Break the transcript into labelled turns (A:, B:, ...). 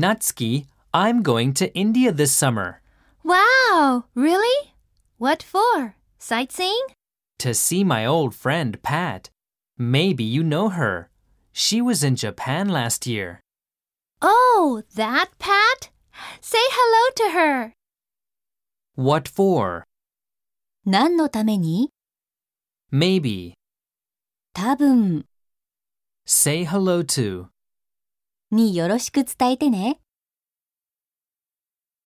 A: Natsuki, I'm going to India this summer
B: Wow! Really? What for? Sightseeing?
A: to see my old friend Pat. Maybe you know her. She was in Japan last year.
B: Oh, that Pat? Say hello to her.
A: What for?
B: 何のために
A: Maybe.
B: 多分
A: Say hello to.
B: によろしく伝えてね。